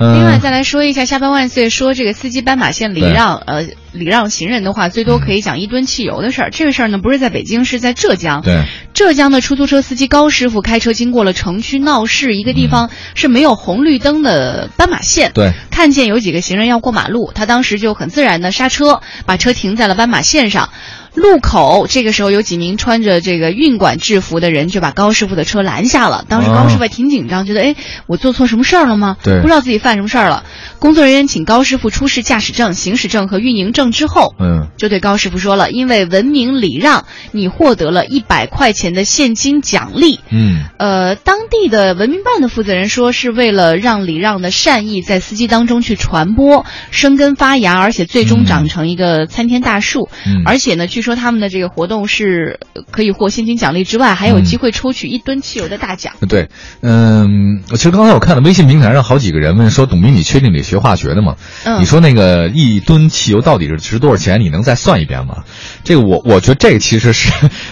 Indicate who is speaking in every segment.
Speaker 1: 嗯
Speaker 2: 另外再来说一下，下班万岁说这个司机斑马线礼让，呃，礼让行人的话，最多可以讲一吨汽油的事儿。这个事儿呢，不是在北京，是在浙江。
Speaker 1: 对，
Speaker 2: 浙江的出租车司机高师傅开车经过了城区闹市一个地
Speaker 1: 嗯
Speaker 2: 方是没有红绿灯的斑马线，
Speaker 1: 对，
Speaker 2: 看见有几个行人要过马路，他当时就很自然的刹车，把车停在了斑马线上。路口这个时候有几名穿着这个运管制服的人就把高师傅的车拦下了。当时高师傅还挺紧张，觉得哎，我做错什么事儿了吗？
Speaker 1: 啊对
Speaker 2: 不知道自己犯什么事儿了。工作人员请高师傅出示驾驶证、行驶证和运营证之后，
Speaker 1: 嗯，
Speaker 2: 就对高师傅说了，因为文明礼让，你获得了一百块钱的现金奖励。
Speaker 1: 嗯，
Speaker 2: 呃，当地的文明办的负责人说，是为了让礼让的善意在司机当中去传播、生根发芽，而且最终长成一个参天大树。
Speaker 1: 嗯
Speaker 2: 而且呢，据说他们的这个活动是呃可以获现金奖励之外，还有
Speaker 1: 嗯
Speaker 2: 机会抽取一吨汽油的大奖。
Speaker 1: 对，嗯，其实刚才我看到微信平台上好几个人问说，董明，你确定你学化学的吗？
Speaker 2: 嗯
Speaker 1: 你说那个一吨汽油到底是值多少钱？你能再算一遍吗？这个我我觉得这个其实是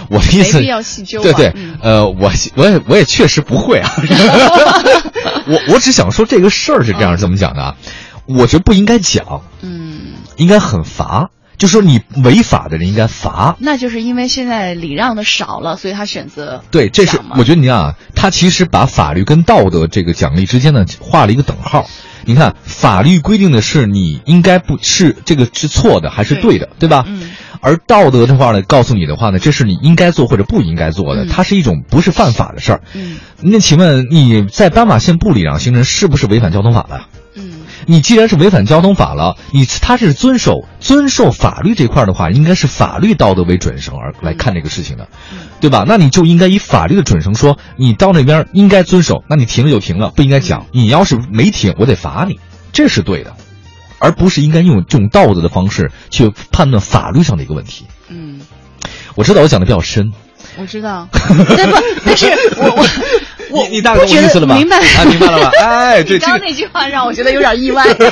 Speaker 1: 我的意思，
Speaker 2: 没必要细究吧
Speaker 1: 对对，
Speaker 2: 嗯
Speaker 1: 呃，我我也我也确实不 会啊。我我只想说这个事儿是这样怎么讲的啊？我觉得不应该讲，
Speaker 2: 嗯，
Speaker 1: 应该很罚，就说你违法的人应该罚。
Speaker 2: 那就是因为现在礼让的少了，所以他选择
Speaker 1: 对，这是
Speaker 2: 奖嘛
Speaker 1: 我觉得你看啊，他其实把法律跟道德这个奖励之间呢画了一个等号。你看，法律规定的是你应该不是这个是错的还是对的，对吧？
Speaker 2: 嗯。
Speaker 1: 而道德的话呢，告诉你的话呢，这是你应该做或者不应该做的，
Speaker 2: 嗯
Speaker 1: 它是一种不是犯法的事儿。
Speaker 2: 嗯
Speaker 1: 那请问你在斑马线不礼让行人，是不是违反交通法了？
Speaker 2: 嗯
Speaker 1: 你既然是违反交通法了，你他是遵守遵守法律这块儿的话，应该是法律道德为准绳而来看这个事情的，
Speaker 2: 嗯
Speaker 1: 对吧？那你就应该以法律的准绳说，你到那边应该遵守，那你停了就停了，不应该讲。你要是没停，我得罚你，这是对的，而不是应该用这种道德的方式去判断法律上的一个问题。
Speaker 2: 嗯。
Speaker 1: 我知道我讲的比较深，
Speaker 2: 我 知道，但不，但是我我我
Speaker 1: 你你大概懂我意思了吧？
Speaker 2: 不觉得明白
Speaker 1: 啊，明白了吧？哎，对这
Speaker 2: 你刚
Speaker 1: 个
Speaker 2: 刚那句话让我觉得有点意 外。 嗯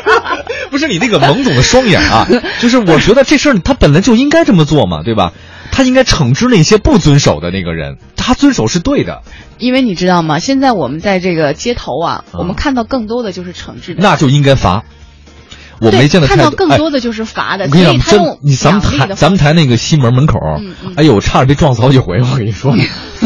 Speaker 1: 不是你那个懵懂的双眼啊，就是我觉得这事儿他本来就应该这么做嘛，对吧？他应该惩治那些不遵守的那个人，他遵守是对的，
Speaker 2: 因为你知道吗？现在我们在这个街头啊，
Speaker 1: 啊
Speaker 2: 我们看到更多的就是惩治的，
Speaker 1: 那就应该罚。我没见
Speaker 2: 对
Speaker 1: 得
Speaker 2: 看
Speaker 1: 太
Speaker 2: 到
Speaker 1: 多
Speaker 2: 更
Speaker 1: 哎
Speaker 2: 多的就是罚的，
Speaker 1: 我
Speaker 2: 所
Speaker 1: 跟你
Speaker 2: 以
Speaker 1: 讲，
Speaker 2: 他
Speaker 1: 真
Speaker 2: 用
Speaker 1: 你咱们
Speaker 2: 奖励
Speaker 1: 台
Speaker 2: 的
Speaker 1: 咱们台那个西门门口，
Speaker 2: 嗯嗯
Speaker 1: 哎呦，我差点被撞死好几回。我跟你 说，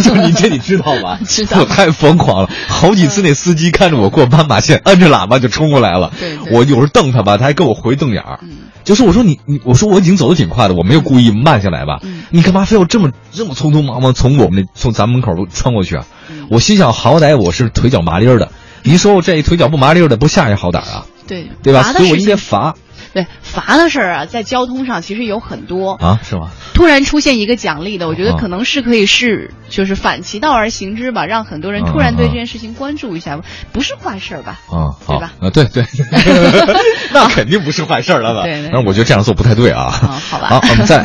Speaker 1: 就你这你知道吧？
Speaker 2: 知道
Speaker 1: 我太疯狂了，好几次那司机看着我过斑马线，按着喇叭就冲过来了。
Speaker 2: 对对
Speaker 1: 我有时候瞪他吧，他还跟我回瞪眼儿。
Speaker 2: 嗯
Speaker 1: 就是我说你你，我说我已经走的挺快的，我没有故意慢下来吧？
Speaker 2: 嗯
Speaker 1: 你干嘛非要这么这么匆匆忙忙从我们那从咱们门口穿过去啊？
Speaker 2: 嗯
Speaker 1: 我心想，好歹我是腿脚麻利儿的，您说我这一腿脚不麻利儿的，不吓人好歹啊，
Speaker 2: 对
Speaker 1: 对吧？
Speaker 2: 罚的
Speaker 1: 所以我
Speaker 2: 事
Speaker 1: 应该
Speaker 2: 情
Speaker 1: 罚
Speaker 2: 对罚的事儿啊，在交通上其实有很多。
Speaker 1: 啊，是吗？
Speaker 2: 突然出现一个奖励的，我觉得
Speaker 1: 啊
Speaker 2: 可能是可以是就是反其道而行之吧，让很多人突然对这件事情关注一下，不是坏事 儿吧？
Speaker 1: 啊，好
Speaker 2: 对吧
Speaker 1: 啊，对 对，那肯定不是坏事儿了吧？
Speaker 2: 对对
Speaker 1: 但是我觉得这样做不太对啊。
Speaker 2: 啊好吧
Speaker 1: 好，我们再